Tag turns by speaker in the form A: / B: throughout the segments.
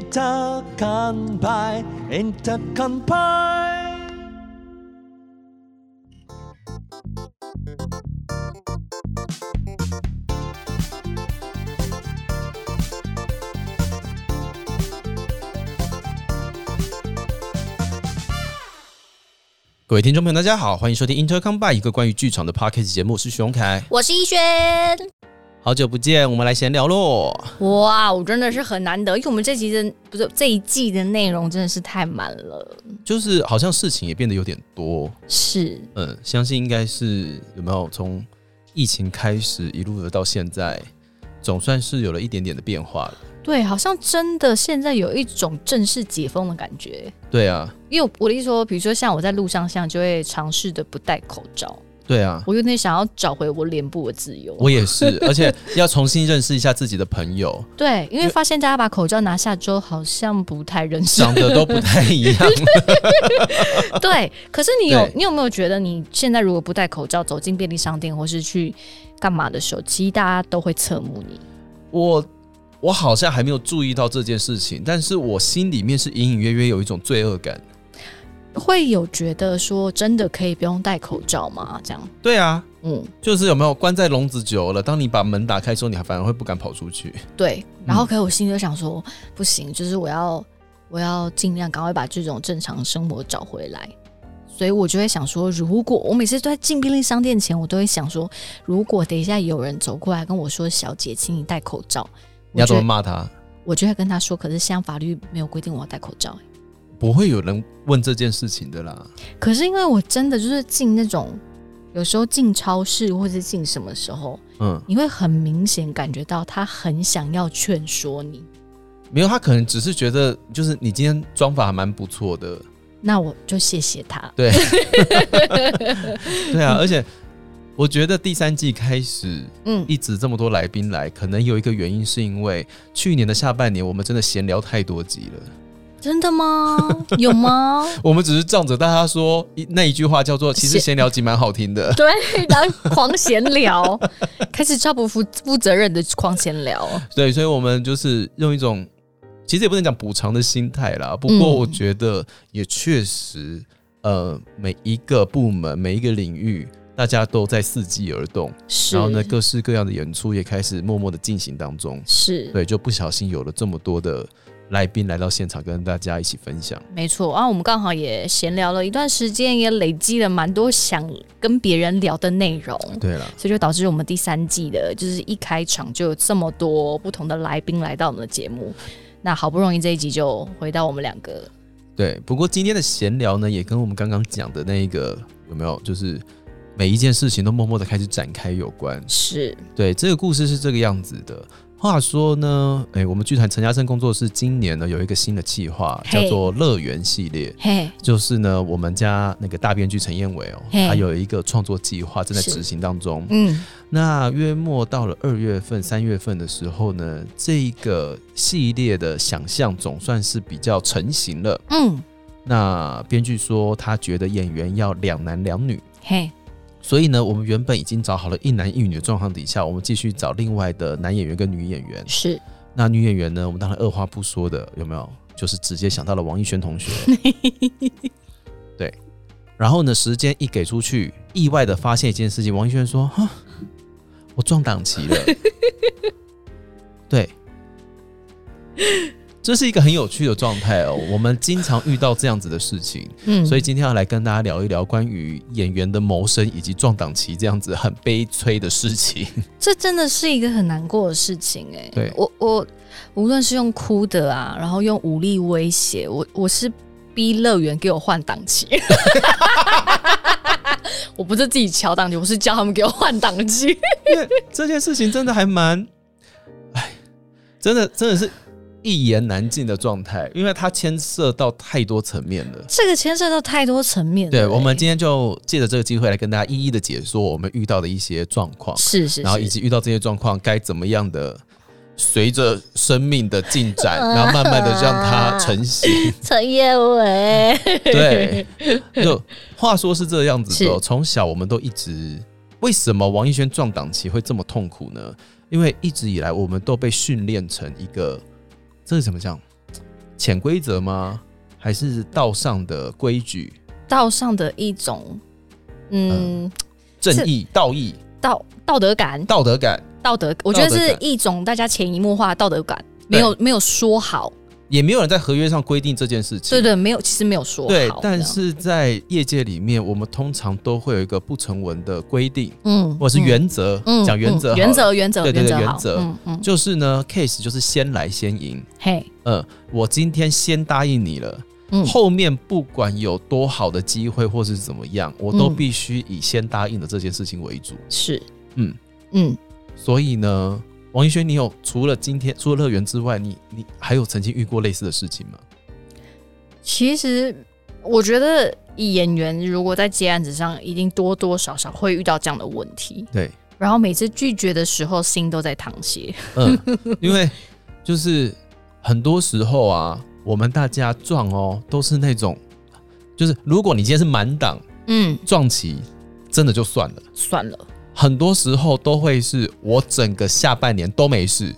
A: Intercon Pie, Intercon Pie.
B: 各位听众朋友，大家好，欢迎收听 Intercom by 一个关于剧场的 podcast 节目，我是徐荣凯。
C: 我是逸轩。
B: 好久不见，我们来闲聊喽。
C: 哇，我真的是很难得，因为我们这集的不是这一季的内容真的是太满了。
B: 就是好像事情也变得有点多，
C: 是，
B: 嗯，相信应该是有没有从疫情开始一路的到现在，总算是有了一点点的变化了。
C: 对，好像真的现在有一种正式解封的感觉。
B: 对啊，
C: 因为我的意思说，比如说像我在路上，像就会尝试的不戴口罩，
B: 对啊，
C: 我有点想要找回我脸部的自由。
B: 我也是，而且要重新认识一下自己的朋友，
C: 对，因为发现大家把口罩拿下之后，好像不太认 识。
B: 长得都不太一样。
C: 对，可是你有
B: 对
C: 你有没有觉得，你现在如果不戴口罩走进便利商店或是去干嘛的时候，其实大家都会侧目你。
B: 我我好像还没有注意到这件事情，但是我心里面是隐隐约约有一种罪恶感。
C: 会有觉得说真的可以不用戴口罩吗？这样，
B: 对啊，
C: 嗯，
B: 就是有没有关在笼子久了，当你把门打开之后，你还反而会不敢跑出去。
C: 对。然后，可是我心里就想说，不行，就是我要我要尽量赶快把这种正常生活找回来。所以我就会想说，如果我每次都在进便利商店前，我都会想说，如果等一下有人走过来跟我说：“小姐，请你戴口罩。”
B: 你要怎么
C: 我就
B: 骂他？
C: 我就会跟他说：“可是现在法律没有规定我要戴口罩。”
B: 不会有人问这件事情的啦。
C: 可是因为我真的就是进那种，有时候进超市或是进什么时候，
B: 嗯，
C: 你会很明显感觉到他很想要劝说你。
B: 没有，他可能只是觉得，就是你今天妆法还蛮不错的，
C: 那我就谢谢他。
B: 对，对啊，而且我觉得第三季开始
C: 嗯，
B: 一直这么多来宾来，可能有一个原因是因为去年的下半年我们真的闲聊太多集了，
C: 真的吗？有吗？
B: 我们只是仗着大家说一那一句话叫做“其实
C: 闲
B: 闲聊集蛮好听的
C: 对，然后狂闲聊，开始超不负负责任的狂闲聊。”，
B: 对，所以我们就是用一种其实也不能讲补偿的心态啦，不过
C: 嗯
B: 我觉得也确实，呃，每一个部门每一个领域。大家都在伺机而动，
C: 是，
B: 然后呢，各式各样的演出也开始默默的进行当中。
C: 是，
B: 对，就不小心有了这么多的来宾来到现场，跟大家一起分享。
C: 没错。啊然后我们刚好也闲聊了一段时间，也累积了蛮多想跟别人聊的内容。
B: 对了，
C: 所以就导致我们第三季的，就是一开场就有这么多不同的来宾来到我们的节目。那好不容易这一集就回到我们两个，
B: 对。不过今天的闲聊呢，也跟我们刚刚讲的那个有没有，就是每一件事情都默默的开始展开有关。
C: 是
B: 对，这个故事是这个样子的。话说呢，哎，我们剧团陈嘉生工作室今年呢有一个新的计划，叫
C: 嘿
B: 做“乐园”系列。
C: 嘿，
B: 就是呢，我们家那个大编剧陈彦伟哦，
C: 嘿
B: 他有一个创作计划正在
C: 是
B: 执行当中。
C: 嗯，
B: 那约莫到了二月份、三月份的时候呢，这个系列的想象总算是比较成型了。
C: 嗯，
B: 那编剧说，他觉得演员要两男两女，
C: 嘿，
B: 所以呢，我们原本已经找好了一男一女的状况底下，我们继续找另外的男演员跟女演员。
C: 是
B: 那女演员呢，我们当然二话不说的，有没有？就是直接想到了王艺轩同学。对，然后呢，时间一给出去，意外的发现一件事情，王艺轩说：“哈，我撞档期了。”对，这是一个很有趣的状态哦。我们经常遇到这样子的事情，
C: 嗯，
B: 所以今天要来跟大家聊一聊关于演员的谋生以及撞档期这样子很悲催的事情。
C: 这真的是一个很难过的事情哎、
B: 对
C: 我我无论是用哭的啊，然后用武力威胁，我我是逼乐园给我换档 期。我不是自己敲档期，我是叫他们给我换档期。
B: 这件事情真的还蛮，哎，真的真的是一言难尽的状态，因为它牵涉到太多层面了。
C: 这个牵涉到太多层面了欸、
B: 对，我们今天就借着这个机会来跟大家一一的解说我们遇到的一些状况，
C: 是是，
B: 然后
C: 是
B: 以及遇到这些状况该怎么样的。随着生命的进展，
C: 啊
B: 然后慢慢的让它成型。
C: 陈彦伟，
B: 对，就话说是这样子的哦、
C: 是
B: 从小我们都一直，为什么王一轩撞档期会这么痛苦呢？因为一直以来我们都被训练成一个，这是怎么讲？潜规则吗？还是道上的规矩、
C: 道上的一种，嗯，
B: 正义、道义、
C: 道道德感，
B: 道德感，
C: 道德，我觉得
B: 道德
C: 是
B: 感
C: 一种大家潜移默化的道德感，没有没有说好，
B: 也没有人在合约上规定这件事情。
C: 对对，没有，其实没有说好，
B: 对
C: 这样
B: 但是在业界里面，我们通常都会有一个不成文的规定，
C: 嗯
B: 或者是原则。
C: 嗯
B: 讲原则、
C: 嗯原，则原则
B: 对对对
C: 原则好
B: 原则
C: 嗯嗯，
B: 就是呢，case 就是先来先赢。
C: 嘿，
B: 嗯，我今天先答应你了，
C: 嗯
B: 后面不管有多好的机会或是怎么样，我都
C: 嗯
B: 必须以先答应的这件事情为主。
C: 是，
B: 嗯
C: 嗯，
B: 所以呢，王一轩，你有除了今天除了乐园之外，你你还有曾经遇过类似的事情吗？
C: 其实我觉得演员如果在接案子上，一定多多少少会遇到这样的问题，
B: 对，
C: 然后每次拒绝的时候，心都在淌血，
B: 嗯， 因为就是很多时候啊，我们大家撞哦，都是那种，就是如果你今天是满档
C: 嗯，
B: 撞齐，真的就算了。
C: 算了。
B: 很多时候都会是我整个下半年都没事，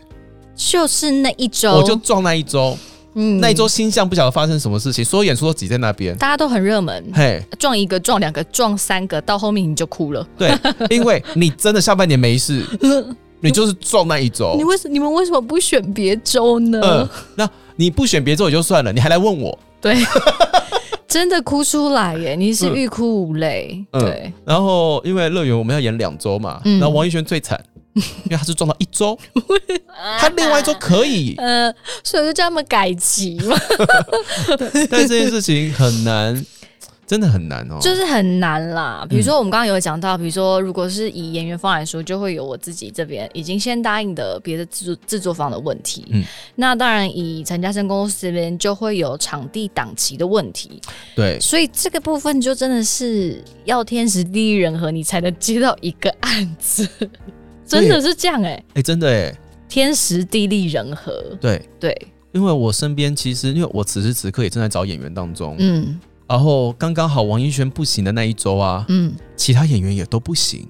C: 就是那一周，
B: 我就撞那一周，
C: 嗯
B: 那一周星象不晓得发生什么事情，所有演出都挤在那边。
C: 大家都很热门，
B: 嘿，
C: 撞一个、撞两个、撞三个，到后面你就哭了。
B: 对，因为你真的下半年没事，你就是撞那一周
C: 你。为什你们为什么不选别州呢？
B: 哦嗯，那你不选别周也就算了，你还来问我。
C: 对， 真的哭出来耶！你是欲哭无泪，
B: 嗯
C: 对，
B: 然后因为乐园我们要演两周嘛，
C: 嗯
B: 然后王一轩最 惨，因为他是撞到一周，他另外一周可以，
C: 呃，所以我就叫他们改籍嘛，
B: 哦但是这件事情很难，真的很难哦。
C: 就是很难
B: 嗯
C: 啦。比如说我们刚刚有讲到，比如说如果是以演员方来说，就会有我自己这边已经先答应的别的制作制作方的问题。
B: 嗯
C: 那当然以陈嘉生公司这边就会有场地档期的问题。
B: 对，
C: 所以这个部分就真的是要天时地利人和，你才能接到一个案 子，真的是这样哎、
B: 哎、真的哎，
C: 天时地利人和，
B: 对，
C: 对，
B: 因为我身边其实因为我此时此刻也正在找演员当中，
C: 嗯
B: 然后刚刚好王一轩不行的那一周啊，
C: 嗯，
B: 其他演员也都不行，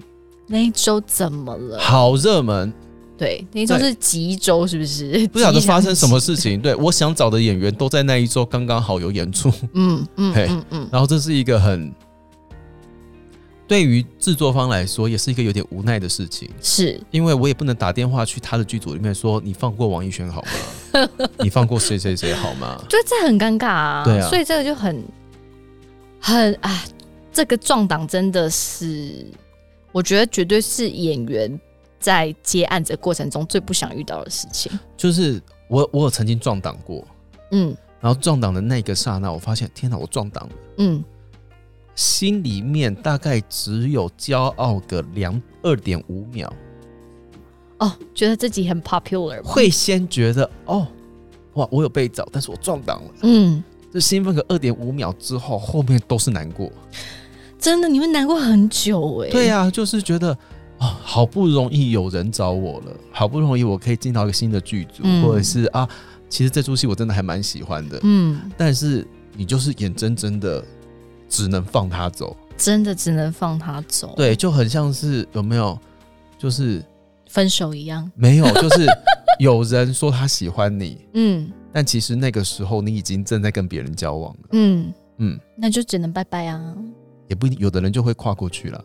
C: 那一周怎么了？
B: 好热门，
C: 对，那一周是急周，是不 是？
B: 不晓得发生什么事情。对我想找的演员都在那一周刚刚好有演出，
C: 急嗯嗯
B: 嘿
C: 嗯嗯，
B: 然后这是一个很对于制作方来说也是一个有点无奈的事情，
C: 是
B: 因为我也不能打电话去他的剧组里面说你放过王一轩好吗？你放过谁谁谁好吗？
C: 所以这很尴尬啊，
B: 对啊
C: 所以这个就很很啊，这个撞档真的是，我觉得绝对是演员在接案子的过程中最不想遇到的事情。
B: 就是我我有曾经撞档过，
C: 嗯
B: 然后撞档的那个刹那，我发现天哪，我撞档了。
C: 嗯，
B: 心里面大概只有骄傲个两二点五秒，
C: 哦，觉得自己很 popular，吗，
B: 会先觉得哦，哇，我有被找，但是我撞档了。
C: 嗯，
B: 这兴奋个二点五秒之后，后面都是难过。
C: 真的你会难过很久哎、
B: 对
C: 啊，
B: 呀、就是觉得啊、好不容易有人找我了，好不容易我可以进到一个新的剧组，
C: 嗯
B: 或者是啊，其实这出戏我真的还蛮喜欢的，
C: 嗯，
B: 但是你就是眼睁睁的只能放他走。
C: 真的只能放他走，，
B: 对，就很像是有没有，就是
C: 分手一样，
B: 没有，就是有人说他喜欢你，
C: 嗯
B: 但其实那个时候你已经正在跟别人交往了。
C: 嗯，
B: 嗯，
C: 那就只能拜拜啊。
B: 也不一定，有的人就会跨过去了。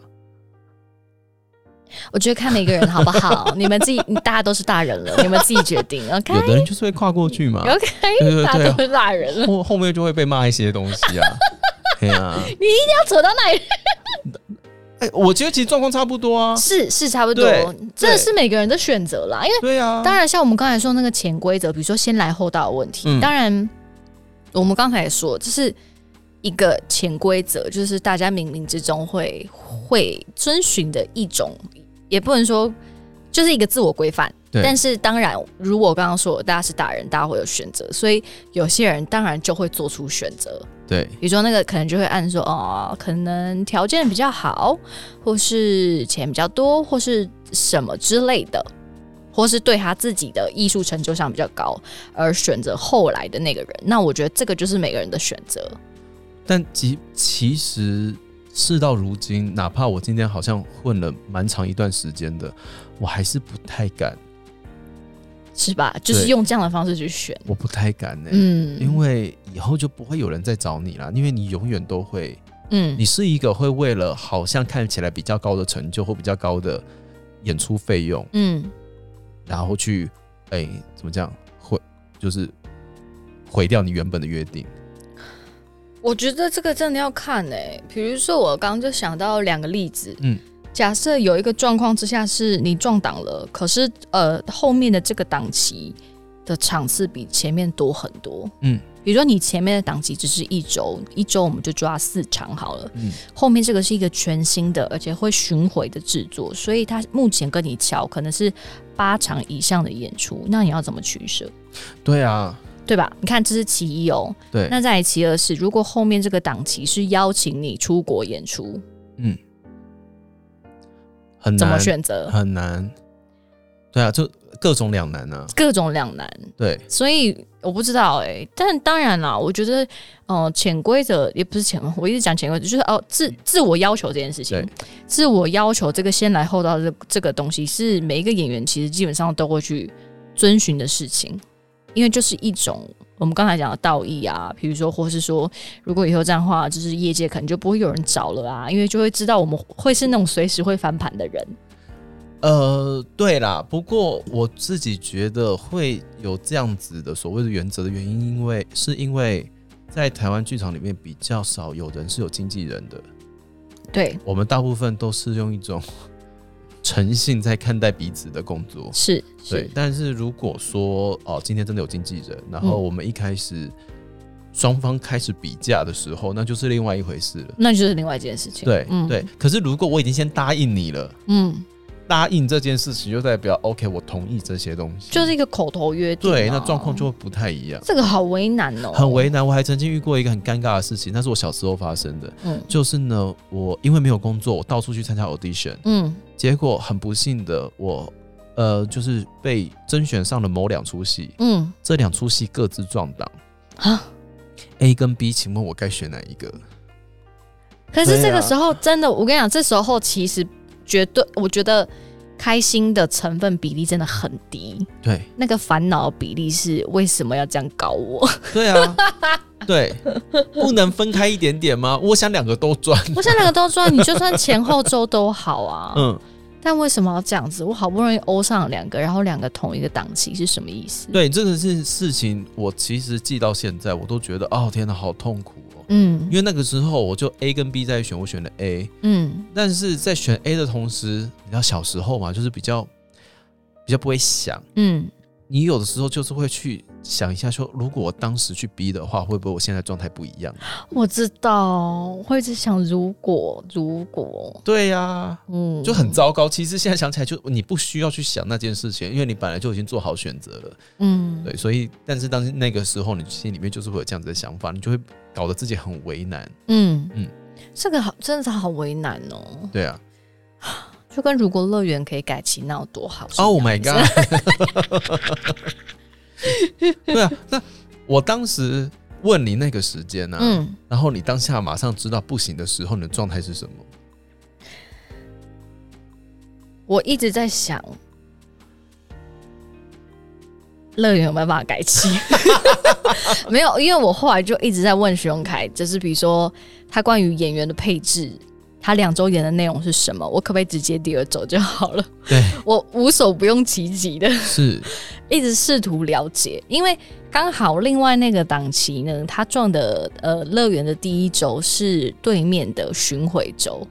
C: 我觉得看每个人好不 好，你们自己，大家都是大人了，你们自己决定，OK
B: 有的人就是会跨过去嘛，
C: OK，
B: 对对
C: 大家
B: 对
C: 都是大人了，
B: 后后面就会被骂一些东 西啊。对啊，
C: 要扯到哪里？
B: 哎、我觉得其实状况差不多啊。
C: 是是差不多
B: 对，
C: 这是每个人的选择啦，因为。
B: 对啊，
C: 当然，像我们刚才说那个潜规则，比如说先来后到的问题，
B: 嗯
C: 当然我们刚才也说，这是一个潜规则，就是大家冥冥之中会会遵循的一种，也不能说就是一个自我规范。
B: 对
C: 但是当然，如我刚刚说，大家是大人，大家会有选择，所以有些人当然就会做出选择。
B: 对
C: 比如说那个可能就会按说哦，可能条件比较好，或是钱比较多，或是什么之类的，或是对他自己的艺术成就上比较高，而选择后来的那个人。那我觉得这个就是每个人的选择。
B: 但其其实事到如今，哪怕我今天好像混了蛮长一段时间的，我还是不太敢
C: 是吧？就是
B: 对
C: 用这样的方式去选，
B: 我不太敢呢、
C: 嗯，
B: 因为以后就不会有人再找你啦，因为你永远都会，
C: 嗯
B: 你是一个会为了好像看起来比较高的成就或比较高的演出费用，
C: 嗯
B: 然后去，哎、怎么讲，毁就是毁掉你原本的约定。
C: 我觉得这个真的要看诶、比如说我刚刚就想到两个例子，
B: 嗯，
C: 假设有一个状况之下是你撞档了，可是呃后面的这个档期的场次比前面多很多，
B: 嗯，
C: 比如说你前面的档期只是一周，一周我们就抓四场好了，
B: 嗯
C: 后面这个是一个全新的，而且会巡回的制作，所以他目前跟你瞧可能是八场以上的演出，那你要怎么取舍，
B: 对啊，
C: 对吧？你看这是其一哦，
B: 对，
C: 那再来其二是，如果后面这个档期是邀请你出国演出，
B: 很
C: 怎么
B: 难，
C: 选择？
B: 很难。对啊，就各种两难啊。
C: 各种两难，
B: 对，
C: 所以我不知道哎、但当然啦，我觉得，呃，潜规则也不是潜规，我一直讲潜规则，就是哦，自自我要求这件事情
B: 对，
C: 自我要求这个先来后到这这个东西，是每一个演员其实基本上都会去遵循的事情，因为就是一种我们刚才讲的道义啊，比如说，或是说，如果以后这样的话，就是业界可能就不会有人找了啊，因为就会知道我们会是那种随时会翻盘的人，
B: 呃，对啦。不过我自己觉得会有这样子的所谓的原则的原因，因为是因为在台湾剧场里面比较少有人是有经纪人的，
C: 对，
B: 我们大部分都是用一种 诚信在看待彼此的工作。
C: 是，
B: 对
C: 是，，
B: 但是如果说哦，今天真的有经纪人，然后
C: 嗯
B: 我们一开始双、方开始比价的时候，那就是另外一回事了。
C: 那就是另外一件事情，
B: 对、对，可是如果我已经先答应你了，
C: 嗯。
B: 答应这件事情就代表 OK，我同意这些东西，
C: 就是一个口头约定、
B: 对，那状况就会不太一样，
C: 这个好为难哦，
B: 很为难。我还曾经遇过一个很尴尬的事情，那是我小时候发生的，
C: 嗯
B: 就是呢，我因为没有工作，我到处去参加 audition，
C: 嗯
B: 结果很不幸的我。呃，就是被甄选上了某两出戏，
C: 嗯
B: 这两出戏各自撞档
C: 啊。
B: A 跟 B，请问我该选哪一个？
C: 可是这
B: 对
C: 个
B: 啊
C: 时候真的，我跟你讲，这时候其实绝对，我觉得开心的成分比例真的很低，
B: 对，
C: 那个烦恼比例是为什么要这样搞 我？
B: 对啊，对，不能分开一点点吗？我想两个都赚。
C: 我想两个都赚，你就算前后周都好啊，
B: 嗯，
C: 但为什么要这样子？我好不容易欧上两个，然后两个同一个档期是什么意思？，
B: 对，这个是事情，我其实记到现在，我都觉得，哦，天哪，好痛苦哦。
C: 嗯
B: 因为那个时候我就 A 跟 B 在选，我选了 A，
C: 嗯
B: 但是在选 A 的同时，你知道小时候嘛，就是比较比较不会想，
C: 嗯，
B: 你有的时候就是会去想一下说如果我当时去 B 的话，会不会我现在状态不一样？
C: 我知道，我一直想如果如果，
B: 对呀、
C: 嗯，
B: 就很糟糕。其实现在想起来，就你不需要去想那件事情，因为你本来就已经做好选择了。
C: 嗯，
B: 对，所以但是当时那个时候，你心里面就是会有这样子的想法，你就会搞得自己很为难。
C: 嗯嗯
B: 嗯，
C: 这个好真的是好为难哦，
B: 对啊
C: 就跟如果乐园可以改期，那有多好是一啊样
B: ，Oh my
C: 子
B: god！对啊，那我当时问你那个时间呢、啊，
C: 嗯，
B: 然后你当下马上知道不行的时候，你的状态是什么？
C: 我一直在想，乐园有没有办法改 期？没有，因为我后来就一直在问徐荣凯，就是比如说他关于演员的配置。他两周演的内容是什么？我可不可以直接第二周就好了？
B: 对，
C: 我无所不用其极的
B: 是
C: 一直试图了解，因为刚好另外那个档期呢，他撞的呃乐园的第一周是对面的巡回周，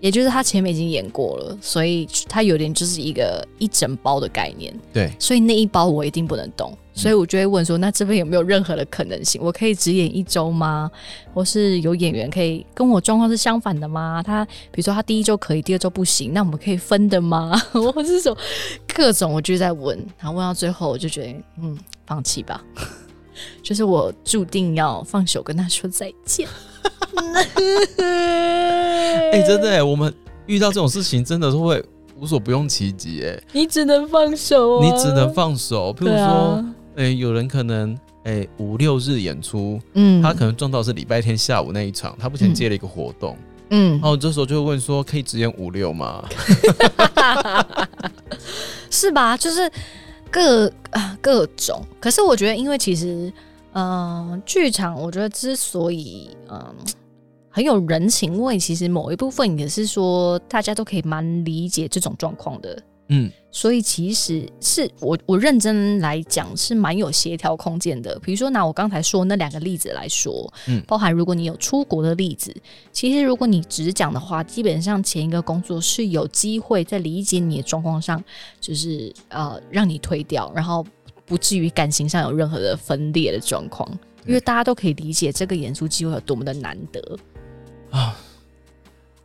C: 也就是他前面已经演过了，所以他有点就是一个一整包的概念，
B: 对，
C: 所以那一包我一定不能动，所以我就会问说，那这边有没有任何的可能性？我可以只演一周吗？或是有演员可以跟我状况是相反的吗？他比如说他第一周可以，第二周不行，那我们可以分的吗？ 我是说各种我就在问，然后问到最后我就觉得，嗯，放弃吧， 就是我注定要放手跟他说再 见。
B: 哎、
C: 哎
B: 真的、欸，我们遇到这种事情真的是会无所不用其极、欸，
C: 你只能放手、啊，
B: 你只能放手。譬如
C: 对
B: 说，
C: 啊，
B: 诶、有人可能诶、五六日演出，
C: 嗯，
B: 他可能撞到是礼拜天下午那一场，他目前接了一个活动，
C: 嗯
B: 然，后这时候就会问说，可以只演五六吗？
C: 是吧？就是各啊各种。可是我觉得，因为其实，嗯、剧场我觉得之所以嗯、很有人情味，其实某一部分也是说大家都可以蛮理解这种状况的。
B: 嗯，
C: 所以其实是我我认真来讲是蛮有协调空间的。比如说拿我刚才说那两个例子来说，
B: 嗯
C: 包含如果你有出国的例子，其实如果你只讲的话，基本上前一个工作是有机会在理解你的状况上，就是呃让你推掉，然后不至于感情上有任何的分裂的状况，因为大家都可以理解这个演出机会有多么的难得。
B: 啊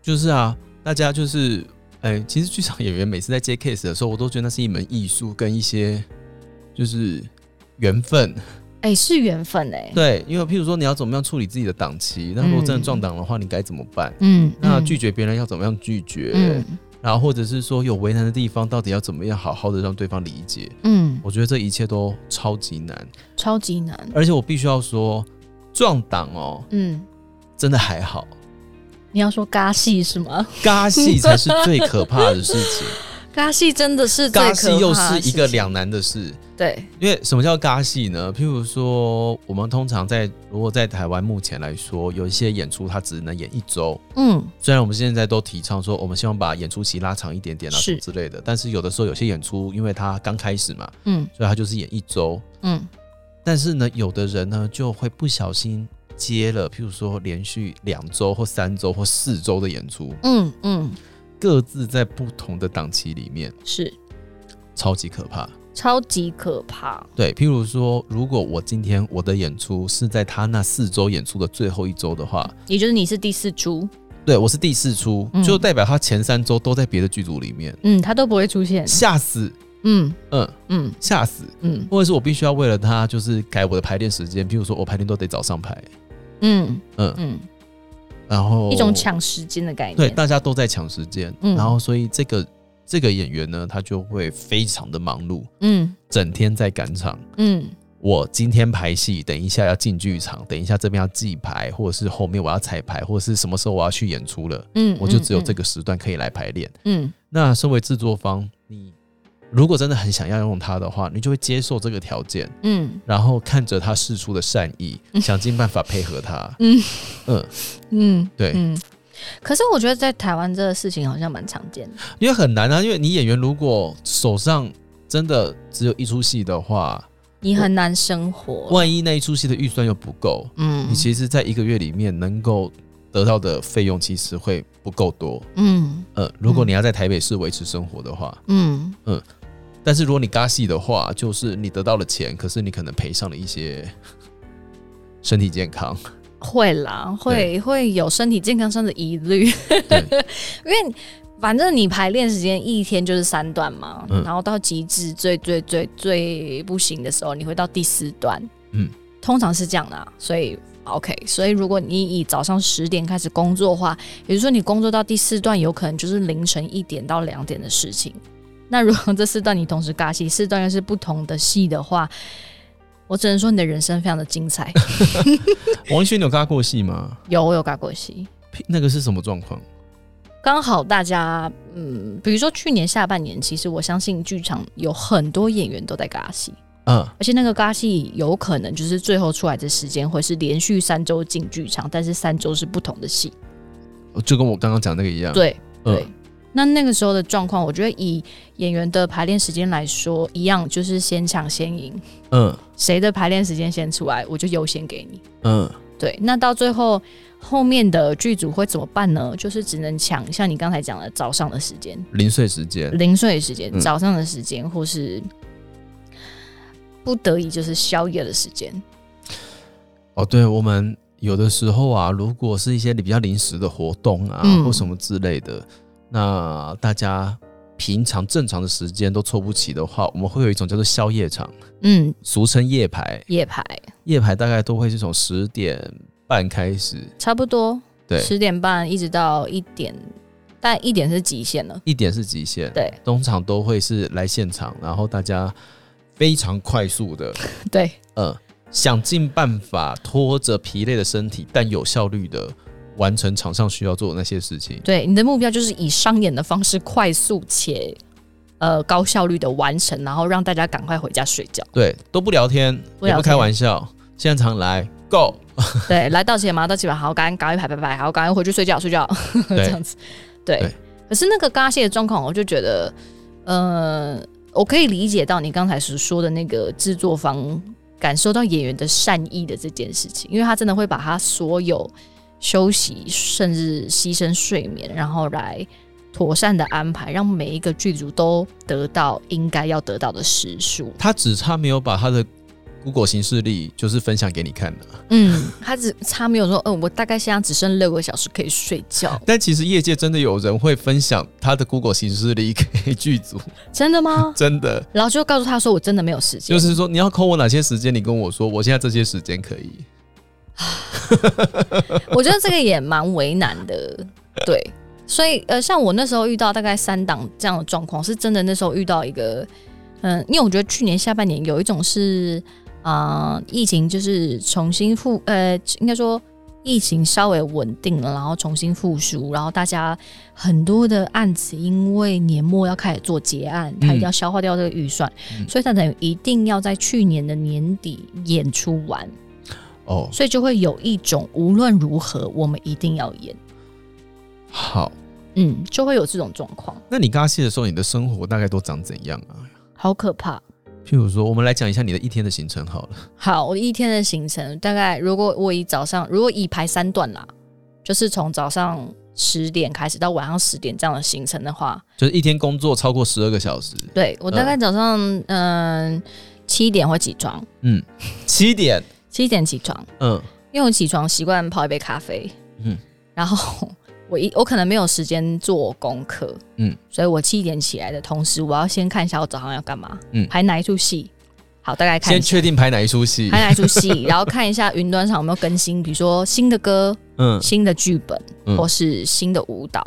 B: 就是啊，大家就是，哎、其实剧场演员每次在接 case 的时候，我都觉得那是一门艺术跟一些就是缘分。
C: 哎、是缘分哎、
B: 对，因为譬如说你要怎么样处理自己的档期，那如果真的
C: 嗯
B: 撞档的话，你该怎么办？
C: 嗯，
B: 那
C: 嗯
B: 拒绝别人要怎么样拒绝？
C: 嗯
B: 然后或者是说有为难的地方，到底要怎么样好好的让对方理解？
C: 嗯，
B: 我觉得这一切都超级难，
C: 超级难，
B: 而且我必须要说，撞档哦，
C: 嗯。
B: 真的还好，
C: 你要说尬戏是吗？
B: 尬 戏才是最可怕的事情，
C: 尬戏真的是 最
B: 尬
C: 可
B: 戏又
C: 怕的
B: 是一个
C: 事情
B: 两难的事。
C: 对，
B: 因为什么叫尬戏呢？譬如说，我们通常在如果在台湾目前来说，有一些演出它只能演一周。
C: 嗯
B: 虽然我们现在都提倡说，哦我们希望把演出期拉长一点点啊，什
C: 是
B: 么之类的，但是有的时候有些演出，因为它刚开始嘛，
C: 嗯
B: 所以它就是演一周。
C: 嗯
B: 但是呢，有的人呢就会不小心接了，譬如说连续两周或三周或四周的演出，
C: 嗯嗯，
B: 各自在不同的档期里面，
C: 是
B: 超级可怕。
C: 超级可怕。
B: 对，譬如说，如果我今天我的演出是在他那四周演出的最后一周的话，
C: 也就是你是第四株，
B: 对我是第四出，
C: 嗯
B: 就代表他前三周都在别的剧组里面，
C: 嗯，它都不会出现。
B: 吓死，
C: 嗯
B: 嗯，
C: 嗯
B: 吓死。
C: 嗯
B: 或者是我必须要为了他，就是改我的排练时间，譬如说我排练都得早上排，
C: 嗯
B: 嗯，
C: 嗯，
B: 然后
C: 一种抢时间的概念。
B: 对，大家都在抢时间，
C: 嗯
B: 然后所以这个这个演员呢，他就会非常的忙碌，
C: 嗯
B: 整天在赶场。
C: 嗯
B: 我今天排戏，等一下要进剧场，等一下这边要记牌，或者是后面我要彩排，或者是什么时候我要去演出了，
C: 嗯，
B: 我就只有这
C: 个。
B: 个时段可以来排练。
C: 嗯
B: 那身为制作方，你如果真的很想要用它的话，你就会接受这个条件，
C: 嗯
B: 然后看着他释出的善意，想尽办法配合他。
C: 嗯
B: 嗯，
C: 嗯，
B: 对
C: 嗯。可是我觉得在台湾这个事情好像蛮常见的。
B: 因为很难啊，因为你演员如果手上真的只有一出戏的话，
C: 你很难生活。
B: 万一那一出戏的预算又不够，
C: 嗯
B: 你其实，在一个月里面能够得到的费用其实会不够多。
C: 嗯
B: 呃，如果
C: 嗯
B: 你要在台北市维持生活的话，
C: 嗯
B: 但是如果你尬戏的话，就是你得到了钱，可是你可能赔上了一些 身体健康。
C: 会啦，会会有身体健康上的疑虑， 因为反正你排练时间一天就是三段嘛，
B: 嗯
C: 然后到极致最最最最不行的时候，你会到第四段，
B: 嗯，
C: 通常是这样的啊、所以 OK，所以如果你以早上十点开始工作的话，也就是说你工作到第四段，有可能就是凌晨一点到两点的事情。那如果这四段你同时尬戏，四段又是不同的戏的话，我只能说你的人生非常的 精彩。
B: 王一轩，你有尬过戏吗？
C: 有，我有尬过戏。
B: 呸那个是什么状况？
C: 刚好大家，嗯，比如说去年下半年，其实我相信剧场有很多演员都在尬戏，
B: 嗯，
C: 而且那个尬戏有可能就是最后出来的时间会是连续三周进剧场，但是三周是不同的戏。
B: 就跟我刚刚讲那个一样。，
C: 对
B: 嗯
C: 对，那那个时候的状况，我觉得以演员的排练时间来说，一样就是先抢先赢，
B: 嗯
C: 谁的排练时间先出来，我就优先给你。
B: 嗯，
C: 对，那到最后后面的剧组会怎么办呢？就是只能抢像你刚才讲的早上的时间。
B: 零碎时间。
C: 零碎时间、
B: 嗯
C: 早上的时间，或是不得已就是宵夜的时间。
B: 哦，对，我们有的时候啊，如果是一些比较临时的活动啊，
C: 嗯
B: 或什么之类的，那大家平常正常的时间都凑不齐的话，我们会有一种叫做宵夜场，
C: 嗯，
B: 俗称夜排。
C: 夜排
B: 夜排大概都会是从十点半开始，
C: 差不多
B: 对，
C: 十点半一直到一点，但一点是极限了。
B: 一点是极限。
C: 对
B: 通常都会是来现场，然后大家非常快速的，
C: 对，
B: 呃，想尽办法拖着疲累的身体，但有效率的完成场上需要做的那些事情。
C: 对，你的目标就是以商演的方式快速且呃高效率的完成，然后让大家赶快回家睡觉。
B: 对，都不聊天，
C: 不
B: 也
C: 聊
B: 不开玩笑，现场来 go，
C: 对，来到齐了吗？到齐了，好，赶赶快排排排，好，赶快回去睡觉睡觉，这
B: 对
C: 样子。对，
B: 对
C: 可是那个嘎蟹的状况，我就觉得，呃，我可以理解到你刚才所说的那个制作方感受到演员的善意的这件事情，因为他真的会把他所有休息，甚至牺牲睡眠，然后来妥善的安排，让每一个剧组都得到应该要得到的时数。
B: 他只差没有把他的 Google 形式力就是分享给你看的。
C: 嗯，他只他没有说，嗯，我大概现在只剩六个小时可以睡觉。
B: 但其实业界真的有人会分享他的 Google 形式力给剧组，？
C: 真的吗
B: 真的
C: 然后就告诉他说我真的没有时
B: 就
C: 间，
B: 是说你要扣我哪些时间，你跟我说，我现在这些时间可以。
C: 我觉得这个也蛮为难的， 对。所以呃，像我那时候遇到大概三档这样的状况，是真的那时候遇到一个，嗯、因为我觉得去年下半年有一种是，啊、疫情就是重新复，呃，应该说疫情稍微稳定了，然后重新复苏，然后大家很多的案子因为年末要开始做结案，它一定要消化掉这个预算，
B: 嗯
C: 所以它等于一定要在去年的年底演出完。
B: 哦，
C: 所以就会有一种无论如何我们一定要演，
B: 好，
C: 嗯，就会有这种状况，
B: 那你刚卸的时候，你的生活大概都长怎样啊？
C: 好可怕。
B: 譬如说，我们来讲一下你的一天的行程好了。
C: 好，我一天的行程大概，如果我以早上，如果以排三段啦，就是从早上十点开始到晚上十点这样的行程的话，
B: 就是一天工作超过十二个小时，
C: 对我大概早上嗯七、点会起床，
B: 嗯，七点，
C: 七点起床，
B: 嗯
C: 因为我起床习惯泡一杯咖啡，
B: 嗯，
C: 然后我一我可能没有时间做功课，
B: 嗯
C: 嗯，所以我七点起来的同时，我要先看一下我早上要干嘛，
B: 嗯
C: 嗯，排哪一出戏，好，大概看
B: 先
C: 一下
B: 确定拍哪一出戏
C: 排，哪一出戏，然后看一下云端上有没有更新，比如说新的歌、
B: 嗯
C: 新的剧本、
B: 嗯
C: 或是新的舞蹈，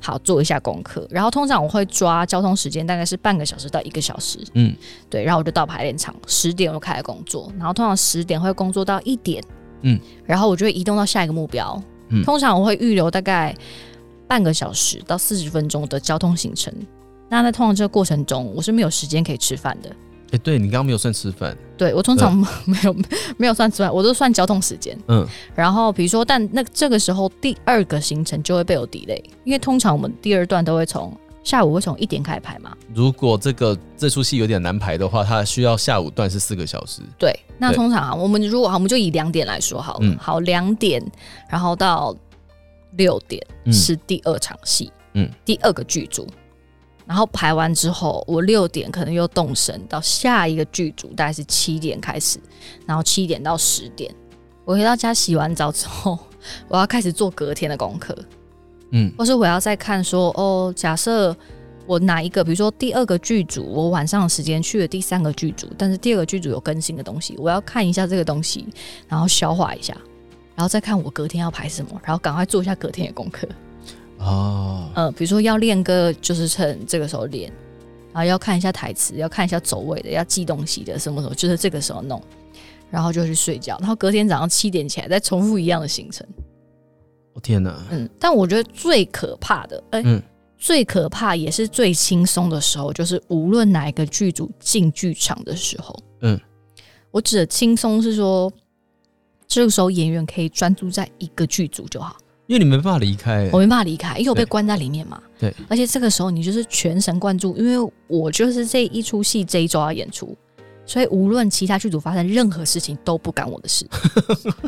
C: 好做一下功课。然后通常我会抓交通时间，大概是半个小时到一个小时，
B: 嗯，
C: 对，然后我就到排练场，十点我就开始工作，然后通常十点会工作到一点，
B: 嗯，
C: 然后我就会移动到下一个目标，
B: 嗯
C: 通常我会预留大概半个小时到四十分钟的交通行程。那在通常这个过程中，我是没有时间可以吃饭的。
B: 哎、对你刚刚没有算吃饭，
C: 对我通常 没有没有算吃饭，我都算交通时间。
B: 嗯，
C: 然后比如说，但那这个时候第二个行程就会被我 delay，因为通常我们第二段都会从下午会从一点开始排嘛。
B: 如果这个这出戏有点难排的话，它需要下午段是四个小时，
C: 对，那
B: 对
C: 通常啊，我们如果好，我们就以两点来说好了，
B: 嗯
C: 好两点，然后到六点
B: 嗯
C: 是第二场戏，
B: 嗯
C: 嗯，第二个剧组。然后排完之后，我六点可能又动身到下一个剧组，大概是七点开始，然后七点到十点，我回到家洗完澡之后， 我要开始做隔天的功课，
B: 嗯
C: 或是我要再看说，哦，假设我哪一个，比如说第二个剧组，我晚上的时间去了第三个剧组，但是第二个剧组有更新的东西，我要看一下这个东西，然后消化一下，然后再看我隔天要排什么，然后赶快做一下隔天的功课。
B: 哦，
C: 呃，比如说要练歌，就是趁这个时候练，然后要看一下台词，要看一下走位的，要记东西的，什么什么，就是这个时候弄，然后就去睡觉，然后隔天早上七点起来再重复一样的行程。
B: 我天哪，
C: 嗯，但我觉得最可怕的，哎、
B: 嗯
C: 最可怕也是最轻松的时候，就是无论哪一个剧组进剧场的时候，
B: 嗯，
C: 我指的轻松是说，这个时候演员可以专注在一个剧组就好，
B: 因为你没办法离开、
C: 我没办法离开，因为我被
B: 哎对
C: 关在里面嘛。
B: 对，
C: 而且这个时候你就是全神贯注，因为我就是这一出戏这一周要演出。所以无论其他剧组发生任何事情都不干我 的事，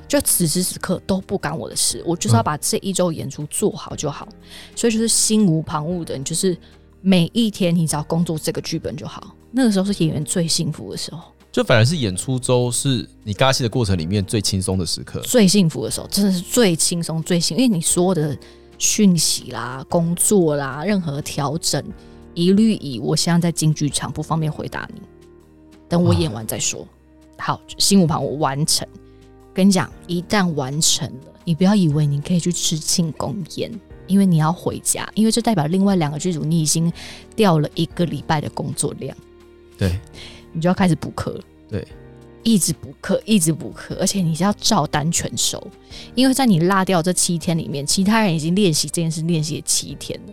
C: 就此时此刻都不干我的事，我
B: 嗯
C: 就是要把这一周演出做好就好。所以就是心无旁骛的，你就是每一天你只要工作这个剧本就好。那个时候是演员最幸福的时候，
B: 就反而是演出周是你尬戏的过程里面最轻松的时刻，
C: 最幸福的时候，真的是最轻松、最幸，因为你所有的讯息啦、工作啦、任何调整，一律以我现在在进剧场，不方便回答你，等我
B: 哇
C: 演完再说。好，心无旁骛完成。跟你讲，一旦完成了，你不要以为你可以去吃庆功宴，因为你要回家，因为这代表另外两个剧组你已经掉了一个礼拜的工作量。
B: 对，
C: 你就要开始补课。
B: 对，
C: 一直补课，一直补课，而且你是要照单全收，因为在你落掉这七天里面，其他人已经练习这件事练习了七天了。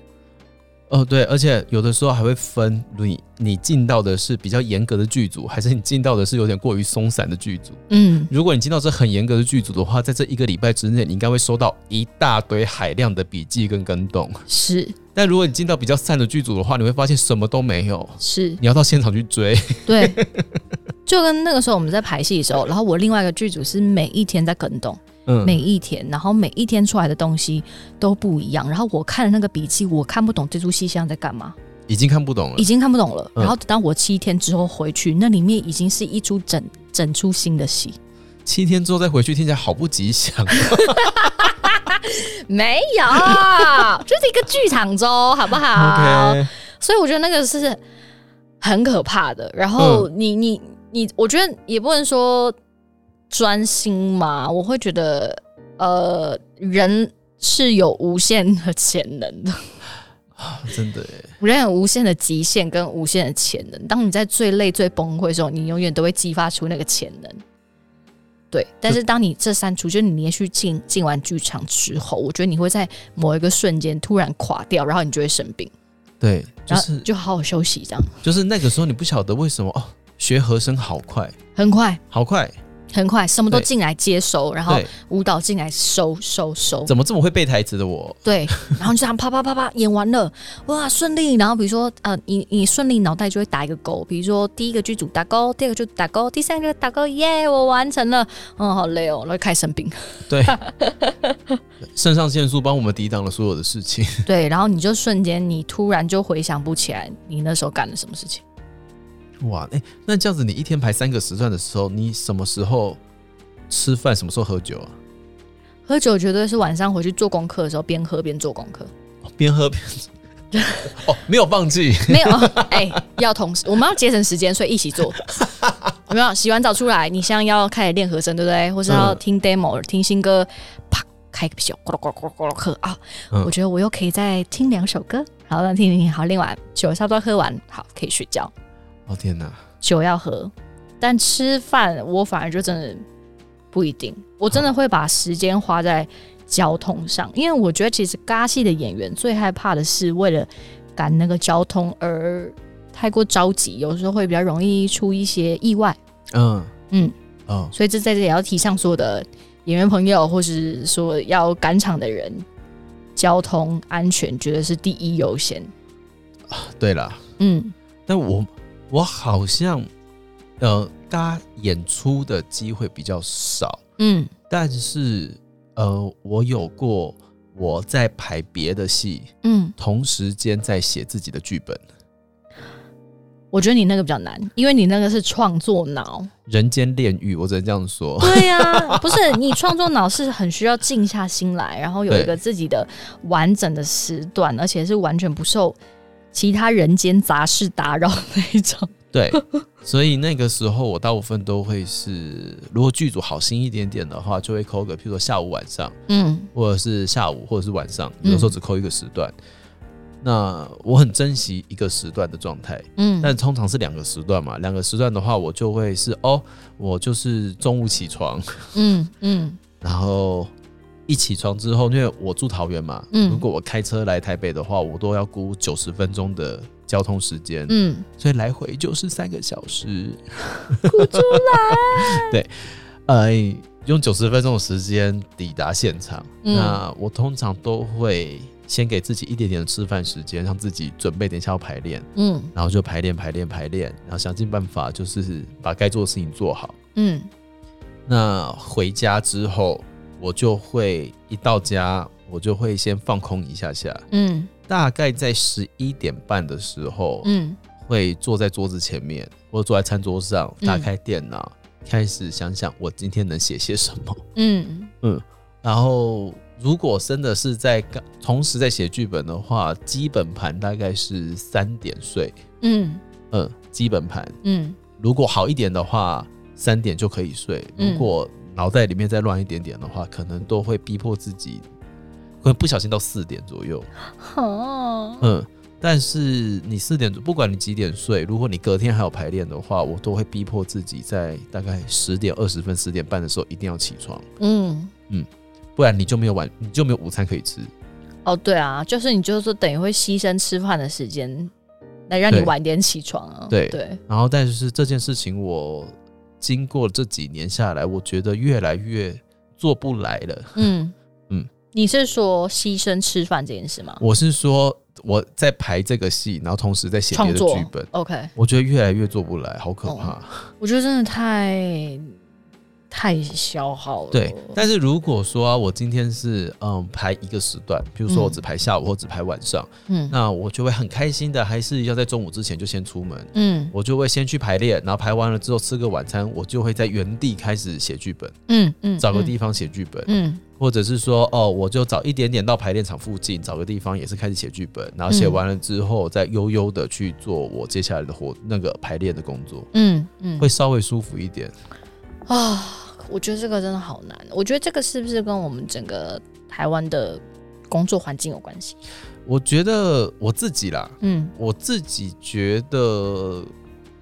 B: 哦，对，而且有的时候还会分你你进到的是比较严格的剧组，还是你进到的是有点过于松散的剧组。
C: 嗯，
B: 如果你进到这很严格的剧组的话，在这一个礼拜之内，你应该会收到一大堆海量的笔记跟跟动。
C: 是
B: 但如果你进到比较散的剧组的话，你会发现什么都没有，
C: 是，
B: 你要到现场去追。
C: 对，就跟那个时候我们在排戏的时候，然后我另外一个剧组是每一天在跟动，
B: 嗯
C: 每一天，然后每一天出来的东西都不一样。然后我看了那个笔记，我看不懂这出戏现在在干嘛，
B: 已经看不懂了
C: 已。经看不懂了。
B: 嗯
C: 然后等到我七天之后回去，那里面已经是一出整整出新的戏，
B: 七天之后再回去，听起来好不吉祥。
C: 没有，就是一个剧场周，好不好
B: OK，
C: 所以我觉得那个是很可怕的。然后你、你你，我觉得也不能说专心嘛，我会觉得呃，人是有无限的潜能的，
B: 真的耶
C: 人有无限的极限跟无限的潜能。当你在最累、最崩溃的时候，你永远都会激发出那个潜能。对，但是当你这删除，就是你连续进进完剧场之后，我觉得你会在某一个瞬间突然垮掉，然后你就会生病，
B: 对，就
C: 然后
B: 是
C: 就好好休息，这样
B: 就是那个时候，你不晓得为什么哦，学和声好快，
C: 很快。
B: 好快，
C: 很快，什么都
B: 对
C: 进来接收，然后
B: 对，
C: 舞蹈进来收收收，
B: 怎么这么会背台词的我？
C: 对，然后就这样啪啪啪啪演完了，哇顺利，然后比如说呃，你你顺利脑袋就会打一个勾，比如说第一个剧组打勾，第二个剧组打勾，第三个打勾，耶，我完成了，嗯，好累哦，然后就开始生病，
B: 对，肾上腺素帮我们抵挡了所有的事情。
C: 对，然后你就瞬间你突然就回想不起来你那时候干了什么事情，
B: 哇，哎、那这样子，你一天排三个时段的时候，你什么时候吃饭，什么时候喝酒啊？
C: 喝酒绝对是晚上回去做功课的时候边喝边做功课，
B: 哦边喝边 哦，没有放弃，
C: 没有，哎、要同时，我们要节省时间，所以一 起做。有没有洗完澡出来？你像要开始练和声，对不对？或是要
B: 嗯
C: 听 demo、听新歌，啪开个小咕噜咕噜咕噜咕噜喝啊！
B: 嗯
C: 我觉得我又可以再听两首歌，好，那听听听，好，练完酒差不多喝完，好，可以睡觉。
B: 哦天哪，
C: 酒要喝，但吃饭我反而就真的不一定，我真的会把时间花在交通上，因为我觉得其实尬戏的演员最害怕的是为了赶那个交通而太过着急，有时候会比较容易出一些意外，
B: 嗯
C: 嗯
B: 哦，
C: 所以这在这里要提倡所有的演员朋友，或是说要赶场的人，交通安全绝对是第一优先。
B: 对啦，
C: 嗯，
B: 但我我好像呃，搭演出的机会比较少，
C: 嗯，
B: 但是呃，我有过我在排别的戏，
C: 嗯，
B: 同时间在写自己的剧本，
C: 我觉得你那个比较难，因为你那个是创作脑，
B: 《人间炼狱》，我只能这样说。
C: 对呀、不是你创作脑是很需要静下心来，然后有一个
B: 对
C: 自己的完整的时段，而且是完全不受其他人间杂事打扰的那一种。
B: 对，所以那个时候我大部分都会是，如果剧组好心一点点的话，就会抠个，譬如说下午、晚上，
C: 嗯
B: 或者是下午，或者是晚上，有的时候只抠一个时段。那我很珍惜一个时段的状态，
C: 嗯
B: 但通常是两个时段嘛。两个时段的话，我就会是哦，我就是中午起床，
C: 嗯嗯
B: 然后一起床之后，因为我住桃园嘛，
C: 嗯
B: 如果我开车来台北的话，我都要估九十分钟的交通时间，
C: 嗯，
B: 所以来回就是三个小时。
C: 哭出来。
B: 呃，用九十分钟的时间抵达现场，
C: 嗯
B: 那我通常都会先给自己一点点的吃饭时间，让自己准备等一下要排练，
C: 嗯
B: 然后就排练排练排练，然后想尽办法就是把该做的事情做好。
C: 嗯
B: 那回家之后，我就会一到家，我就会先放空一下下，
C: 嗯
B: 大概在十一点半的时候，
C: 嗯
B: 会坐在桌子前面或者坐在餐桌上，
C: 嗯
B: 打开电脑，开始想想我今天能写些什么。
C: 嗯
B: 然后，如果真的是在刚同时在写剧本的话，基本盘大概是三点睡，
C: 嗯
B: 嗯，基本盘。
C: 嗯
B: 如果好一点的话，三点就可以睡；
C: 嗯
B: 如果脑袋里面再乱一点点的话，可能都会逼迫自己，会不小心到四点左右。
C: 哦，
B: 嗯，但是你四点，不管你几点睡，如果你隔天还有排练的话，我都会逼迫自己在大概十点二十分、十点半的时候一定要起床，
C: 嗯
B: 不然你就没有晚，你就没有午餐可以吃。
C: 哦，对啊，就是你就是等于会牺牲吃饭的时间，来让你
B: 对
C: 晚点起床啊。
B: 对
C: 对，
B: 然后但是这件事情我经过这几年下来，我觉得越来越做不来了。
C: 嗯
B: 嗯
C: 你是说牺牲吃饭这件事吗？
B: 我是说我在排这个戏，然后同时在写别
C: 创
B: 的
C: 作
B: 剧本，哦
C: OK，
B: 我觉得越来越做不来，好可怕。
C: 我觉得真的太太消耗了。
B: 对，但是如果说啊、我今天是嗯排一个时段，比如说我只排下午或只排晚上，
C: 嗯
B: 那我就会很开心的，还是要在中午之前就先出门。
C: 嗯
B: 我就会先去排练，然后排完了之后吃个晚餐，我就会在原地开始写剧本，
C: 嗯嗯，
B: 找个
C: 方，
B: 地方写剧本，
C: 嗯
B: 或者是说哦，我就早一点点到排练场附近找个地方也是开始写剧本，然后写完了之后再悠悠的去做我接下来的活那个排练的工作，
C: 嗯嗯
B: 会稍微舒服一点。
C: 啊，我觉得这个真的好难。哦我觉得这个是不是跟我们整个台湾的工作环境有关系？
B: 我觉得我自己啦，
C: 嗯
B: 我自己觉得，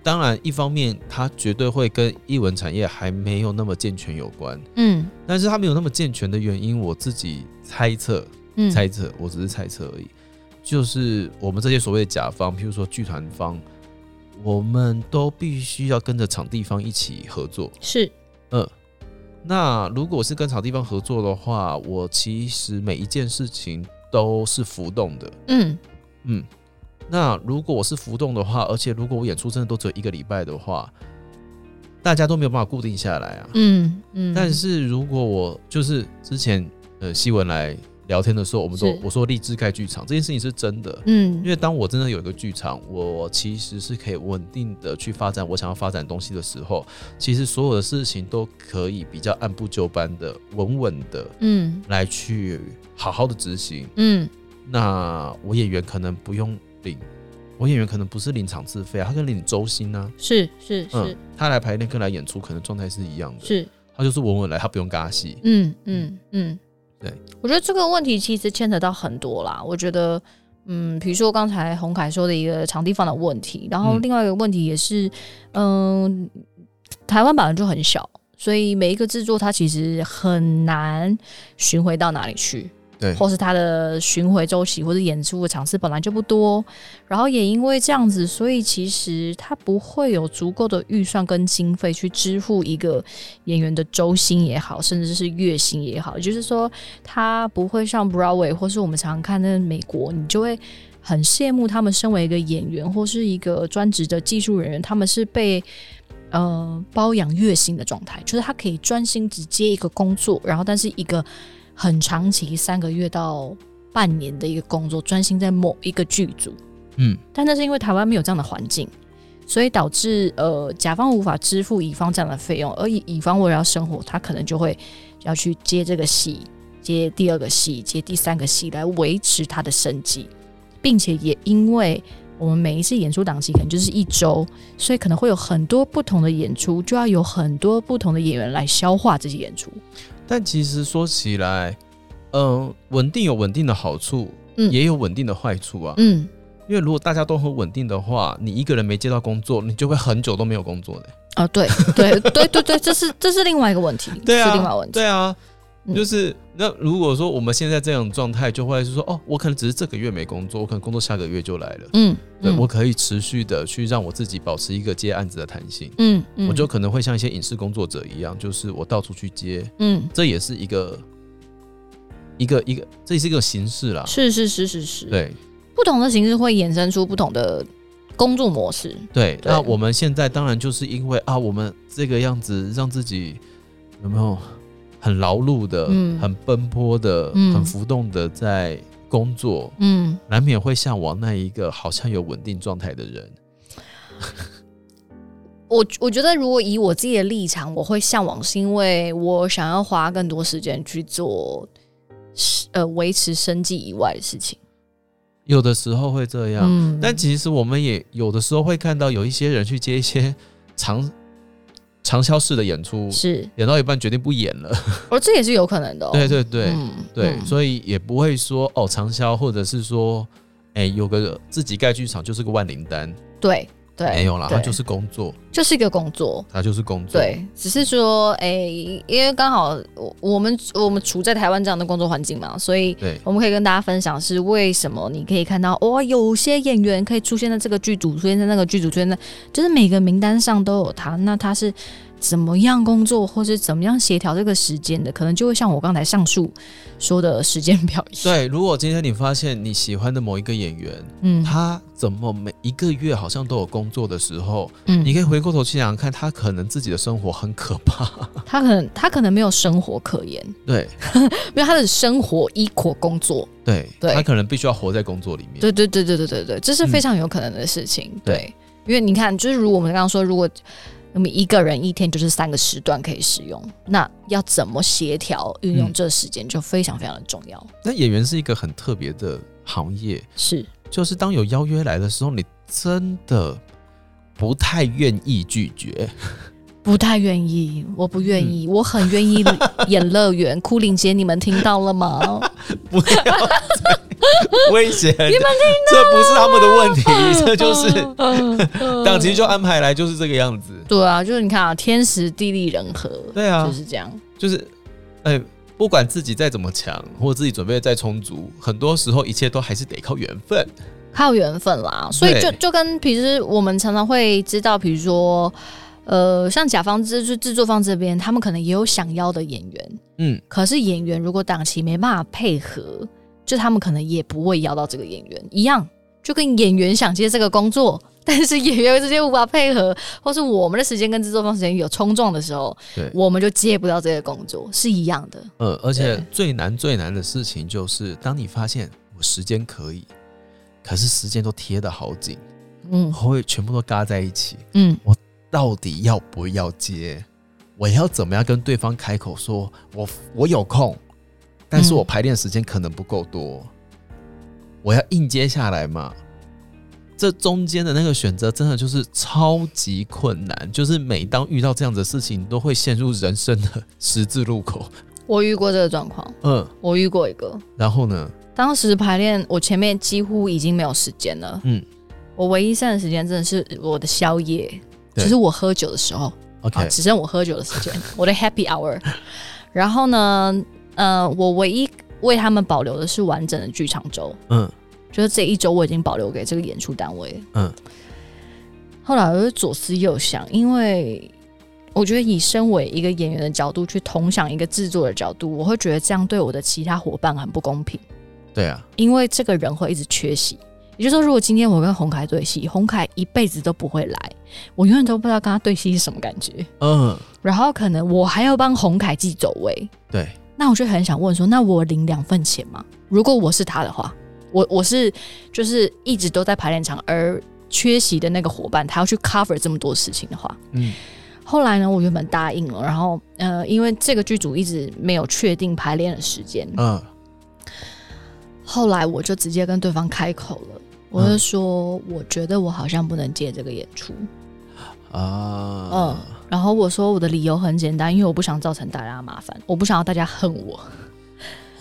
B: 当然一方面它绝对会跟艺文产业还没有那么健全有关，
C: 嗯
B: 但是它没有那么健全的原因，我自己猜测，
C: 嗯，
B: 猜测，我只是猜测而已。就是我们这些所谓的甲方，譬如说剧团方，我们都必须要跟着场地方一起合作。
C: 是
B: 嗯，那如果是跟场地方合作的话，我其实每一件事情都是浮动的。
C: 嗯
B: 嗯，那如果我是浮动的话，而且如果我演出真的都只有一个礼拜的话，大家都没有办法固定下来啊。
C: 嗯嗯，
B: 但是如果我就是之前呃西文来聊天的时候，我们说
C: 是
B: 我说立志盖剧场这件事情是真的，
C: 嗯
B: 因为当我真的有一个剧场，我其实是可以稳定的去发展我想要发展的东西的时候，其实所有的事情都可以比较按部就班的、稳稳的
C: 嗯
B: 来去好好的执行。
C: 嗯
B: 那我演员可能不用领，我演员可能不是领场次费啊，他可能领周薪啊，
C: 是是是
B: 嗯，他来排练跟来演出可能状态是一样的，
C: 是
B: 他就是稳稳来，他不用尬戏。
C: 嗯嗯嗯，
B: 对，
C: 我觉得这个问题其实牵扯到很多啦。我觉得，嗯，比如说刚才洪凯说的一个场地方的问题，然后
B: 嗯
C: 另外一个问题也是，嗯，台湾本来就很小，所以每一个制作它其实很难巡回到哪里去。
B: 对
C: 或是它的巡回周期或者演出的场次本来就不多，然后也因为这样子，所以其实它不会有足够的预算跟经费去支付一个演员的周薪也好，甚至是月薪也好，也就是说，他不会像 Broadway 或是我们常看的美国，你就会很羡慕他们身为一个演员或是一个专职的技术人员，他们是被呃包养月薪的状态，就是他可以专心只接一个工作，然后但是一个很长期三个月到半年的一个工作，专心在某一个剧组。
B: 嗯，
C: 但那是因为台湾没有这样的环境，所以导致呃甲方无法支付乙方这样的费用，而乙乙方为了要生活，他可能就会要去接这个戏，接第二个戏，接第三个戏来维持他的生计，并且也因为我们每一次演出档期可能就是一周，所以可能会有很多不同的演出，就要有很多不同的演员来消化这些演出。
B: 但其实说起来，嗯、稳定有稳定的好处，
C: 嗯
B: 也有稳定的坏处啊。
C: 嗯，
B: 因为如果大家都很稳定的话，你一个人没接到工作，你就会很久都没有工作的、
C: 啊、对 对对对对，这是这是另外一个问题，
B: 对
C: 是另外一个
B: 啊
C: 问，题。
B: 对啊。
C: 嗯
B: 就是那如果说我们现在这样的状态，就会是说哦，我可能只是这个月没工作，我可能工作下个月就来了。
C: 嗯，
B: 对，
C: 嗯
B: 我可以持续的去让我自己保持一个接案子的弹性。
C: 嗯嗯，
B: 我就可能会像一些影视工作者一样，就是我到处去接，
C: 嗯。
B: 这也是一个一个一个，这也是一个形式啦。
C: 是是是是是，
B: 啊对
C: 不同的形式会衍生出不同的工作模式。
B: 对，
C: 对
B: 那我们现在当然就是因为啊，我们这个样子让自己有没有很劳碌的、
C: 嗯
B: 很奔波的、
C: 嗯
B: 很浮动的在工作，
C: 嗯，
B: 难免会向往那一个好像有稳定状态的人。
C: 我我觉得如果以我自己的立场，我会向往，是因为我想要花更多时间去做，呃，维持生计以外的事情。
B: 有的时候会这样，
C: 嗯
B: 但其实我们也有的时候会看到有一些人去接一些长长销式的演出，
C: 是，
B: 演到一半决定不演了。
C: 而这也是有可能的、哦。
B: 对对对、
C: 嗯
B: 对、
C: 嗯
B: 所以也不会说哦长销，或者是说哎、有个自己盖剧场就是个万灵丹，
C: 对对，
B: 没有啦，
C: 对
B: 他就是工作，
C: 就是一个工作，
B: 他就是工作。
C: 对，只是说，哎、因为刚好我我们我们处在台湾这样的工作环境嘛，所以
B: 对
C: 我们可以跟大家分享是为什么你可以看到哇、有些演员可以出现在这个剧组，出现在那个剧组，出现在就是每个名单上都有他，那他是怎么样工作，或是怎么样协调这个时间的，可能就会像我刚才上述说的时间表一样。
B: 对，如果今天你发现你喜欢的某一个演员，
C: 嗯
B: 他怎么每一个月好像都有工作的时候，
C: 嗯
B: 你可以回过头去想想看，他可能自己的生活很可怕。
C: 他可能他可能没有生活可言，
B: 对
C: 因为他的生活依靠工作，
B: 对，
C: 对
B: 他可能必须要活在工作里面。嗯
C: 对对对对对对对，这是非常有可能的事情。
B: 对
C: 对，因为你看，就是如我们刚刚说，如果我们一个人一天就是三个时段可以使用，那要怎么协调运用
B: 嗯
C: 这时间就非常非常的重要。
B: 那演员是一个很特别的行业，
C: 是，
B: 就是当有邀约来的时候，你真的不太愿意拒绝。
C: 不太愿意，我不
B: 嗯
C: 愿意，我很 愿意演乐园。哭灵姐，你们听到了吗？
B: 不要再威胁人家，这不是他们的问题， 这就是
C: 嗯
B: 党其实就安排来就是这个样子。
C: 对啊，就是你看啊，天时地利人和，
B: 对啊
C: 就，是这样。
B: 就是，哎、不管自己再怎么强，或自己准备得再充足，很多时候一切都还是得靠缘分。
C: 靠缘分啦，所以就
B: 对
C: 就跟平时我们常常会知道，比如说，呃，像甲方制制作方这边，他们可能也有想要的演员，
B: 嗯，
C: 可是演员如果档期没办法配合，就他们可能也不会邀到这个演员一样，就跟演员想接这个工作，但是演员之间无法配合，或是我们的时间跟制作方时间有冲撞的时候
B: 对，
C: 我们就接不到这个工作，是一样的。
B: 呃，而且
C: 对
B: 最难最难的事情就是，当你发现我时间可以，可是时间都贴的好紧，
C: 嗯
B: 会全部都嘎在一起，
C: 嗯，
B: 到底要不要接？我要怎么样跟对方开口说，我我有空，但是
C: 嗯
B: 我排练时间可能不够多，我要硬接下来嘛？这中间的那个选择真的就是超级困难，就是每当遇到这样的事情，你都会陷入人生的十字路口。
C: 我遇过这个状况，
B: 嗯，
C: 我遇过一个，
B: 然后呢？
C: 当时排练，我前面几乎已经没有时间了。
B: 嗯
C: 嗯，我唯一剩的时间真的是我的宵夜，
B: 对
C: 就是我喝酒的时候啊，
B: ，OK，
C: 只剩我喝酒的时间，我的 happy hour。然后呢，呃，我唯一为他们保留的是完整的剧场周，
B: 嗯
C: 就是这一周我已经保留给这个演出单位。
B: 嗯，
C: 后来我就左思右想，因为我觉得以身为一个演员的角度去同享一个制作的角度，我会觉得这样对我的其他伙伴很不公平。
B: 对啊，
C: 因为这个人会一直缺席。也就是说，如果今天我跟洪凯对戏，洪凯一辈子都不会来，我永远都不知道跟他对戏是什么感觉。
B: 嗯，
C: 然后可能我还要帮洪凯记走位，
B: 对，
C: 那我就很想问说，那我领两份钱吗？如果我是他的话，我我是就是一直都在排练场，而缺席的那个伙伴，他要去 cover 这么多事情的话，
B: 嗯
C: 后来呢，我原本答应了，然后呃，因为这个剧组一直没有确定排练的时间，
B: 嗯
C: 后来我就直接跟对方开口了，我就说、我觉得我好像不能接这个演出，
B: 啊，
C: 嗯，然后我说我的理由很简单，因为我不想造成大家麻烦，我不想要大家恨我。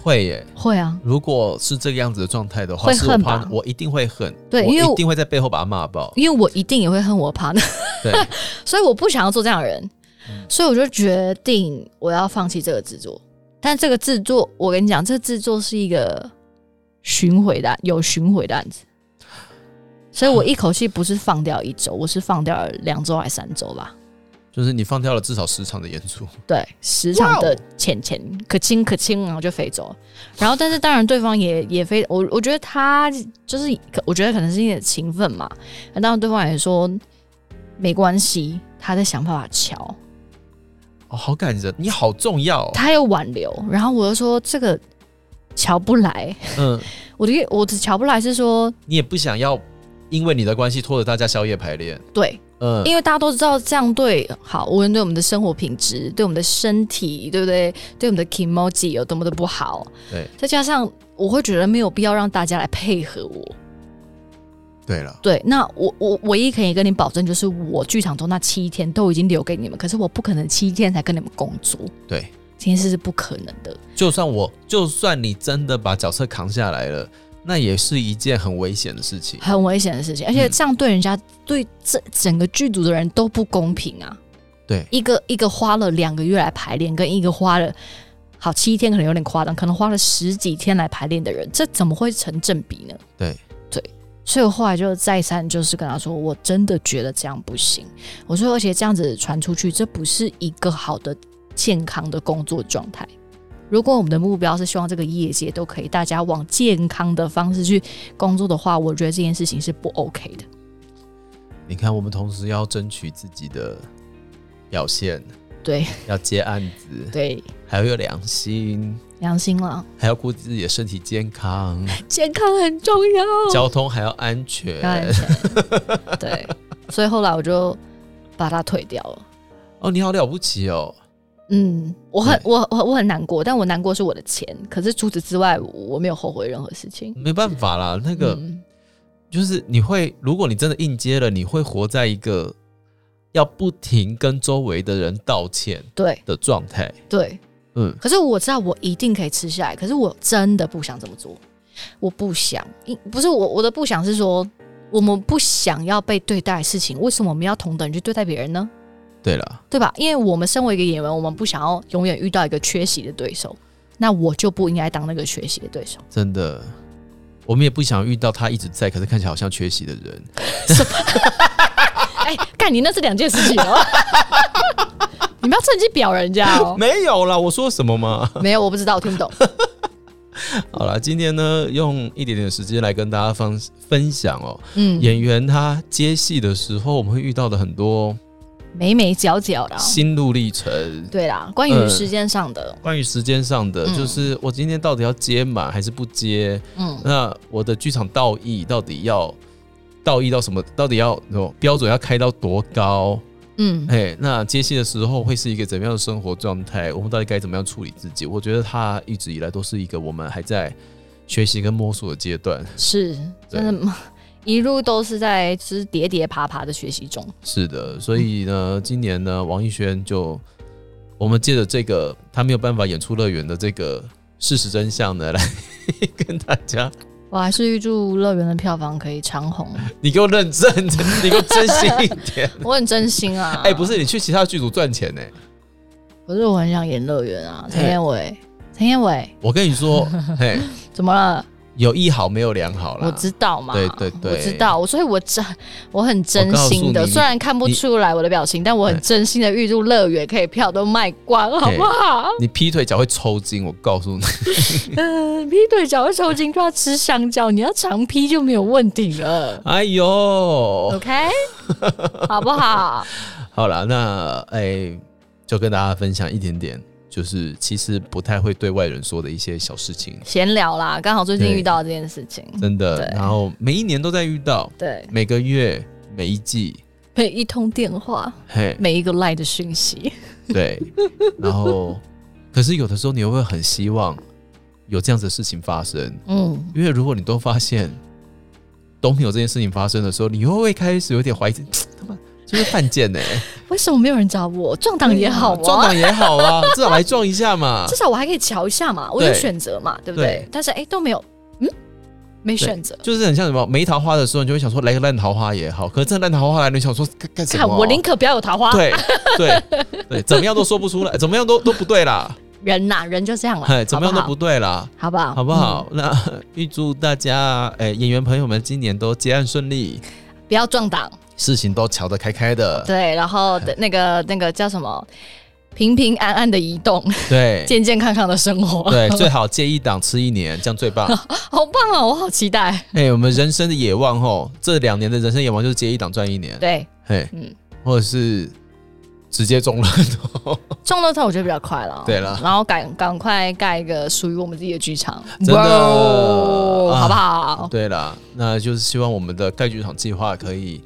B: 会耶，
C: 会啊，
B: 如果是这个样子的状态的话，
C: 会
B: 是我
C: 恨
B: 怕
C: 吧
B: 我一定会恨，
C: 对
B: 我
C: 因为
B: 一
C: 我
B: 定会在背后把他骂 爆。
C: 因为我一定也会恨我 partner，
B: 对，
C: 所以我不想要做这样的人，所以我就决定我要放弃这个制作。但这个制作，我跟你讲，这个制作是一个巡回的案，有巡回的案子，所以我一口气不是放掉一周，我是放掉了两周还是三周吧。
B: 就是你放掉了至少十场的演出，
C: 对，时常的钱钱可亲可亲，然后就飞走了。然后，但是当然，对方也也非我，我觉得他就是，可我觉得可能是因为勤奋嘛。那当然，对方也说没关系，他在想办法瞧，
B: 哦，好感人，你好重要 哦、
C: 他又挽留。然后我就说这个瞧不来，
B: 嗯，
C: 我的意我的瞧不来是说
B: 你也不想要因为你的关系拖着大家宵夜排练，
C: 对，
B: 嗯，
C: 因为大家都知道这样对好，无论对我们的生活品质、对我们的身体，对不对？对我们的 emoji 有多么的不好。
B: 对，
C: 再加上我会觉得没有必要让大家来配合我。
B: 对了，
C: 对，那我我唯一可以跟你保证就是，我剧场中那七天都已经留给你们，可是我不可能七天才跟你们工作，
B: 对，
C: 这件事是不可能的。
B: 就算我，就算你真的把角色扛下来了，那也是一件很危险的事情。
C: 很危险的事情，而且这样对人家、对这整个剧组的人都不公平啊！
B: 对，
C: 一个一个花了两个月来排练，跟一个花了好七天，可能有点夸张，可能花了十几天来排练的人，这怎么会成正比呢？
B: 对
C: 对，所以我后来就再三就是跟他说，我真的觉得这样不行。我说，而且这样子传出去，这不是一个好的健康的工作状态。如果我们的目标是希望这个业界都可以大家往健康的方式去工作的话，我觉得这件事情是不 OK 的。
B: 你看，我们同时要争取自己的表现，
C: 对
B: 要接案子，
C: 对，
B: 还要有良心，
C: 良心啊了，
B: 还要顾自己的身体健 康，
C: 健康很重要。
B: 交通还要安全。
C: 要安全， 对，所以后来我就把它退掉了。
B: 哦，你好了不起哦！
C: 嗯，我很
B: 对
C: 我我我很难过，但我难过是我的钱，可是除此之外，我我没有后悔任何事情。
B: 没办法啦，那个、
C: 嗯、
B: 就是你会，如果你真的应接了，你会活在一个要不停跟周围的人道歉
C: 对
B: 的状态。
C: 对，
B: 嗯，
C: 可是我知道我一定可以吃下来，可是我真的不想这么做，我不想，因不是我我的不想是说我们不想要被对待的事情，为什么我们要同等去对待别人呢？
B: 对了，
C: 对吧？因为我们身为一个演员，我们不想要永远遇到一个缺席的对手，那我就不应该当那个缺席的对手。
B: 真的，我们也不想遇到他一直在，可是看起来好像缺席的人。
C: 哎、干你那是两件事情哦， 你们要趁机表人家哦。
B: 没有啦，我说什么嘛？
C: 没有，我不知道，我听不懂。
B: 好啦，今天呢，用一点点时间来跟大家分分享哦，
C: 嗯，
B: 演员他接戏的时候，我们会遇到的很多
C: 眉眉角角的哦、
B: 心路历程。
C: 对啦，关于
B: 呃
C: 时间上的，
B: 关于时间上的，
C: 嗯
B: 就是我今天到底要接满还是不接？
C: 嗯，
B: 那我的剧场道义到底要道义到什么？到底要那种标准要开到多高？
C: 嗯，
B: 哎，那接戏的时候会是一个怎么样的生活状态？我们到底该怎么样处理自己？我觉得他一直以来都是一个我们还在学习跟摸索的阶段。
C: 是
B: 对
C: 真的 吗？一路都是在就是跌跌爬爬的学习中。
B: 是的，所以呢，今年呢，王艺轩就我们借着这个他没有办法演出乐园的这个事实真相呢，来跟大家，
C: 我还是预祝乐园的票房可以 长红，
B: 你给我认真，你给我真心一 点。
C: 我很真心啊。
B: 哎、不，是你去其他剧组赚钱呢、
C: 可是我很想演乐园啊。陈
B: 嘿
C: 彦伟，陈彦伟，
B: 我跟你说，嘿，
C: 怎么了？
B: 有一好没有两好啦。
C: 我知道嘛，
B: 对对对
C: 我知道，所以我真我很真心
B: 我告诉
C: 的，
B: 你
C: 虽然看不出来我的表情，但我很真心的预祝乐园可以票都卖光，好不好？
B: 你劈腿脚会抽筋，我告 诉你。
C: 嗯，劈腿脚会抽筋，就要吃香蕉，你要长劈就没有问题了。
B: 哎呦，
C: OK，好不好？
B: 好啦，那哎、就跟大家分享一点点，就是其实不太会对外人说的一些小事情，
C: 闲聊啦，刚好最近
B: 对
C: 遇到这件事情，
B: 真的。
C: 对
B: 然后每一年都在遇到，
C: 对，
B: 每个月、每一季，
C: 每一通电话，
B: 嘿，
C: 每一个赖的讯息，
B: 对。然后，可是有的时候你又会很希望有这样子的事情发生，
C: 嗯，
B: 因为如果你都发现都没有这件事情发生的时候，你又会开始有点怀疑，嘖他妈就是犯贱呢、
C: 为什么没有人找我？ 撞档也好啊，
B: 撞档也好啊，至少来撞一下嘛
C: 至。少我还可以瞧一下嘛，我有
B: 对
C: 选择嘛，对不对？
B: 对
C: 但是哎、都没有，嗯，没选择。
B: 就是很像什么没桃花的时候，你就会想说来个烂桃花也好。可是真的烂桃花来，你想说干干什么
C: 看
B: 啊？
C: 我宁可不要有桃花。
B: 对对对，怎么样都说不出来，怎么样都都不对啦，
C: 人呐、人就这样了，
B: 哎，怎么样都
C: 好
B: 不对啦，
C: 好，好不好？嗯
B: 好不好？那预祝大家，哎，演员朋友们今年都接案顺利，
C: 嗯？不要撞档，
B: 事情都瞧得开开的，
C: 对，然后的那个那个叫什么，平平安安的移动，
B: 对
C: 健健康康的生活，
B: 对，最好借一档吃一年，这样最 棒。
C: 好棒哦，我好期待。
B: 哎，我们人生的野望吼，这两年的人生野望就是借一档赚一年，
C: 对，
B: 嘿，
C: 嗯，
B: 或者是直接中了头。
C: 中乐透我觉得比较快了，
B: 对了
C: 然后赶赶快盖一个属于我们自己的剧场，
B: 真的
C: 哇哦
B: 啊
C: 好不好？
B: 对啦，那就是希望我们的盖剧场计划可以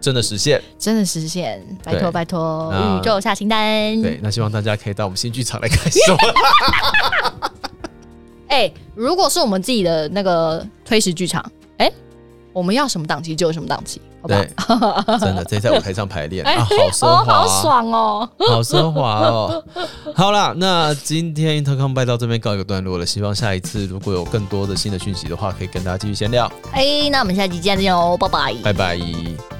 B: 真的实现。
C: 真的实现，拜
B: 对
C: 托拜托，
B: 那
C: 宇宙下清单。
B: 对，那希望大家可以到我们新剧场来看 秀。
C: 哎、如果是我们自己的那个推石剧场，哎、我们要什么档期就有什么档期，好吧？
B: 对，真的，这在舞台上排练
C: 哎
B: 啊，好奢华、
C: 哦，好爽哦！
B: 好奢华哦！好啦，那今天 Intercom by 到这边告一个段落了。希望下一次如果有更多的新的讯息的话，可以跟大家继续闲聊。
C: 哎，那我们下期见见喽，拜拜。
B: 拜拜。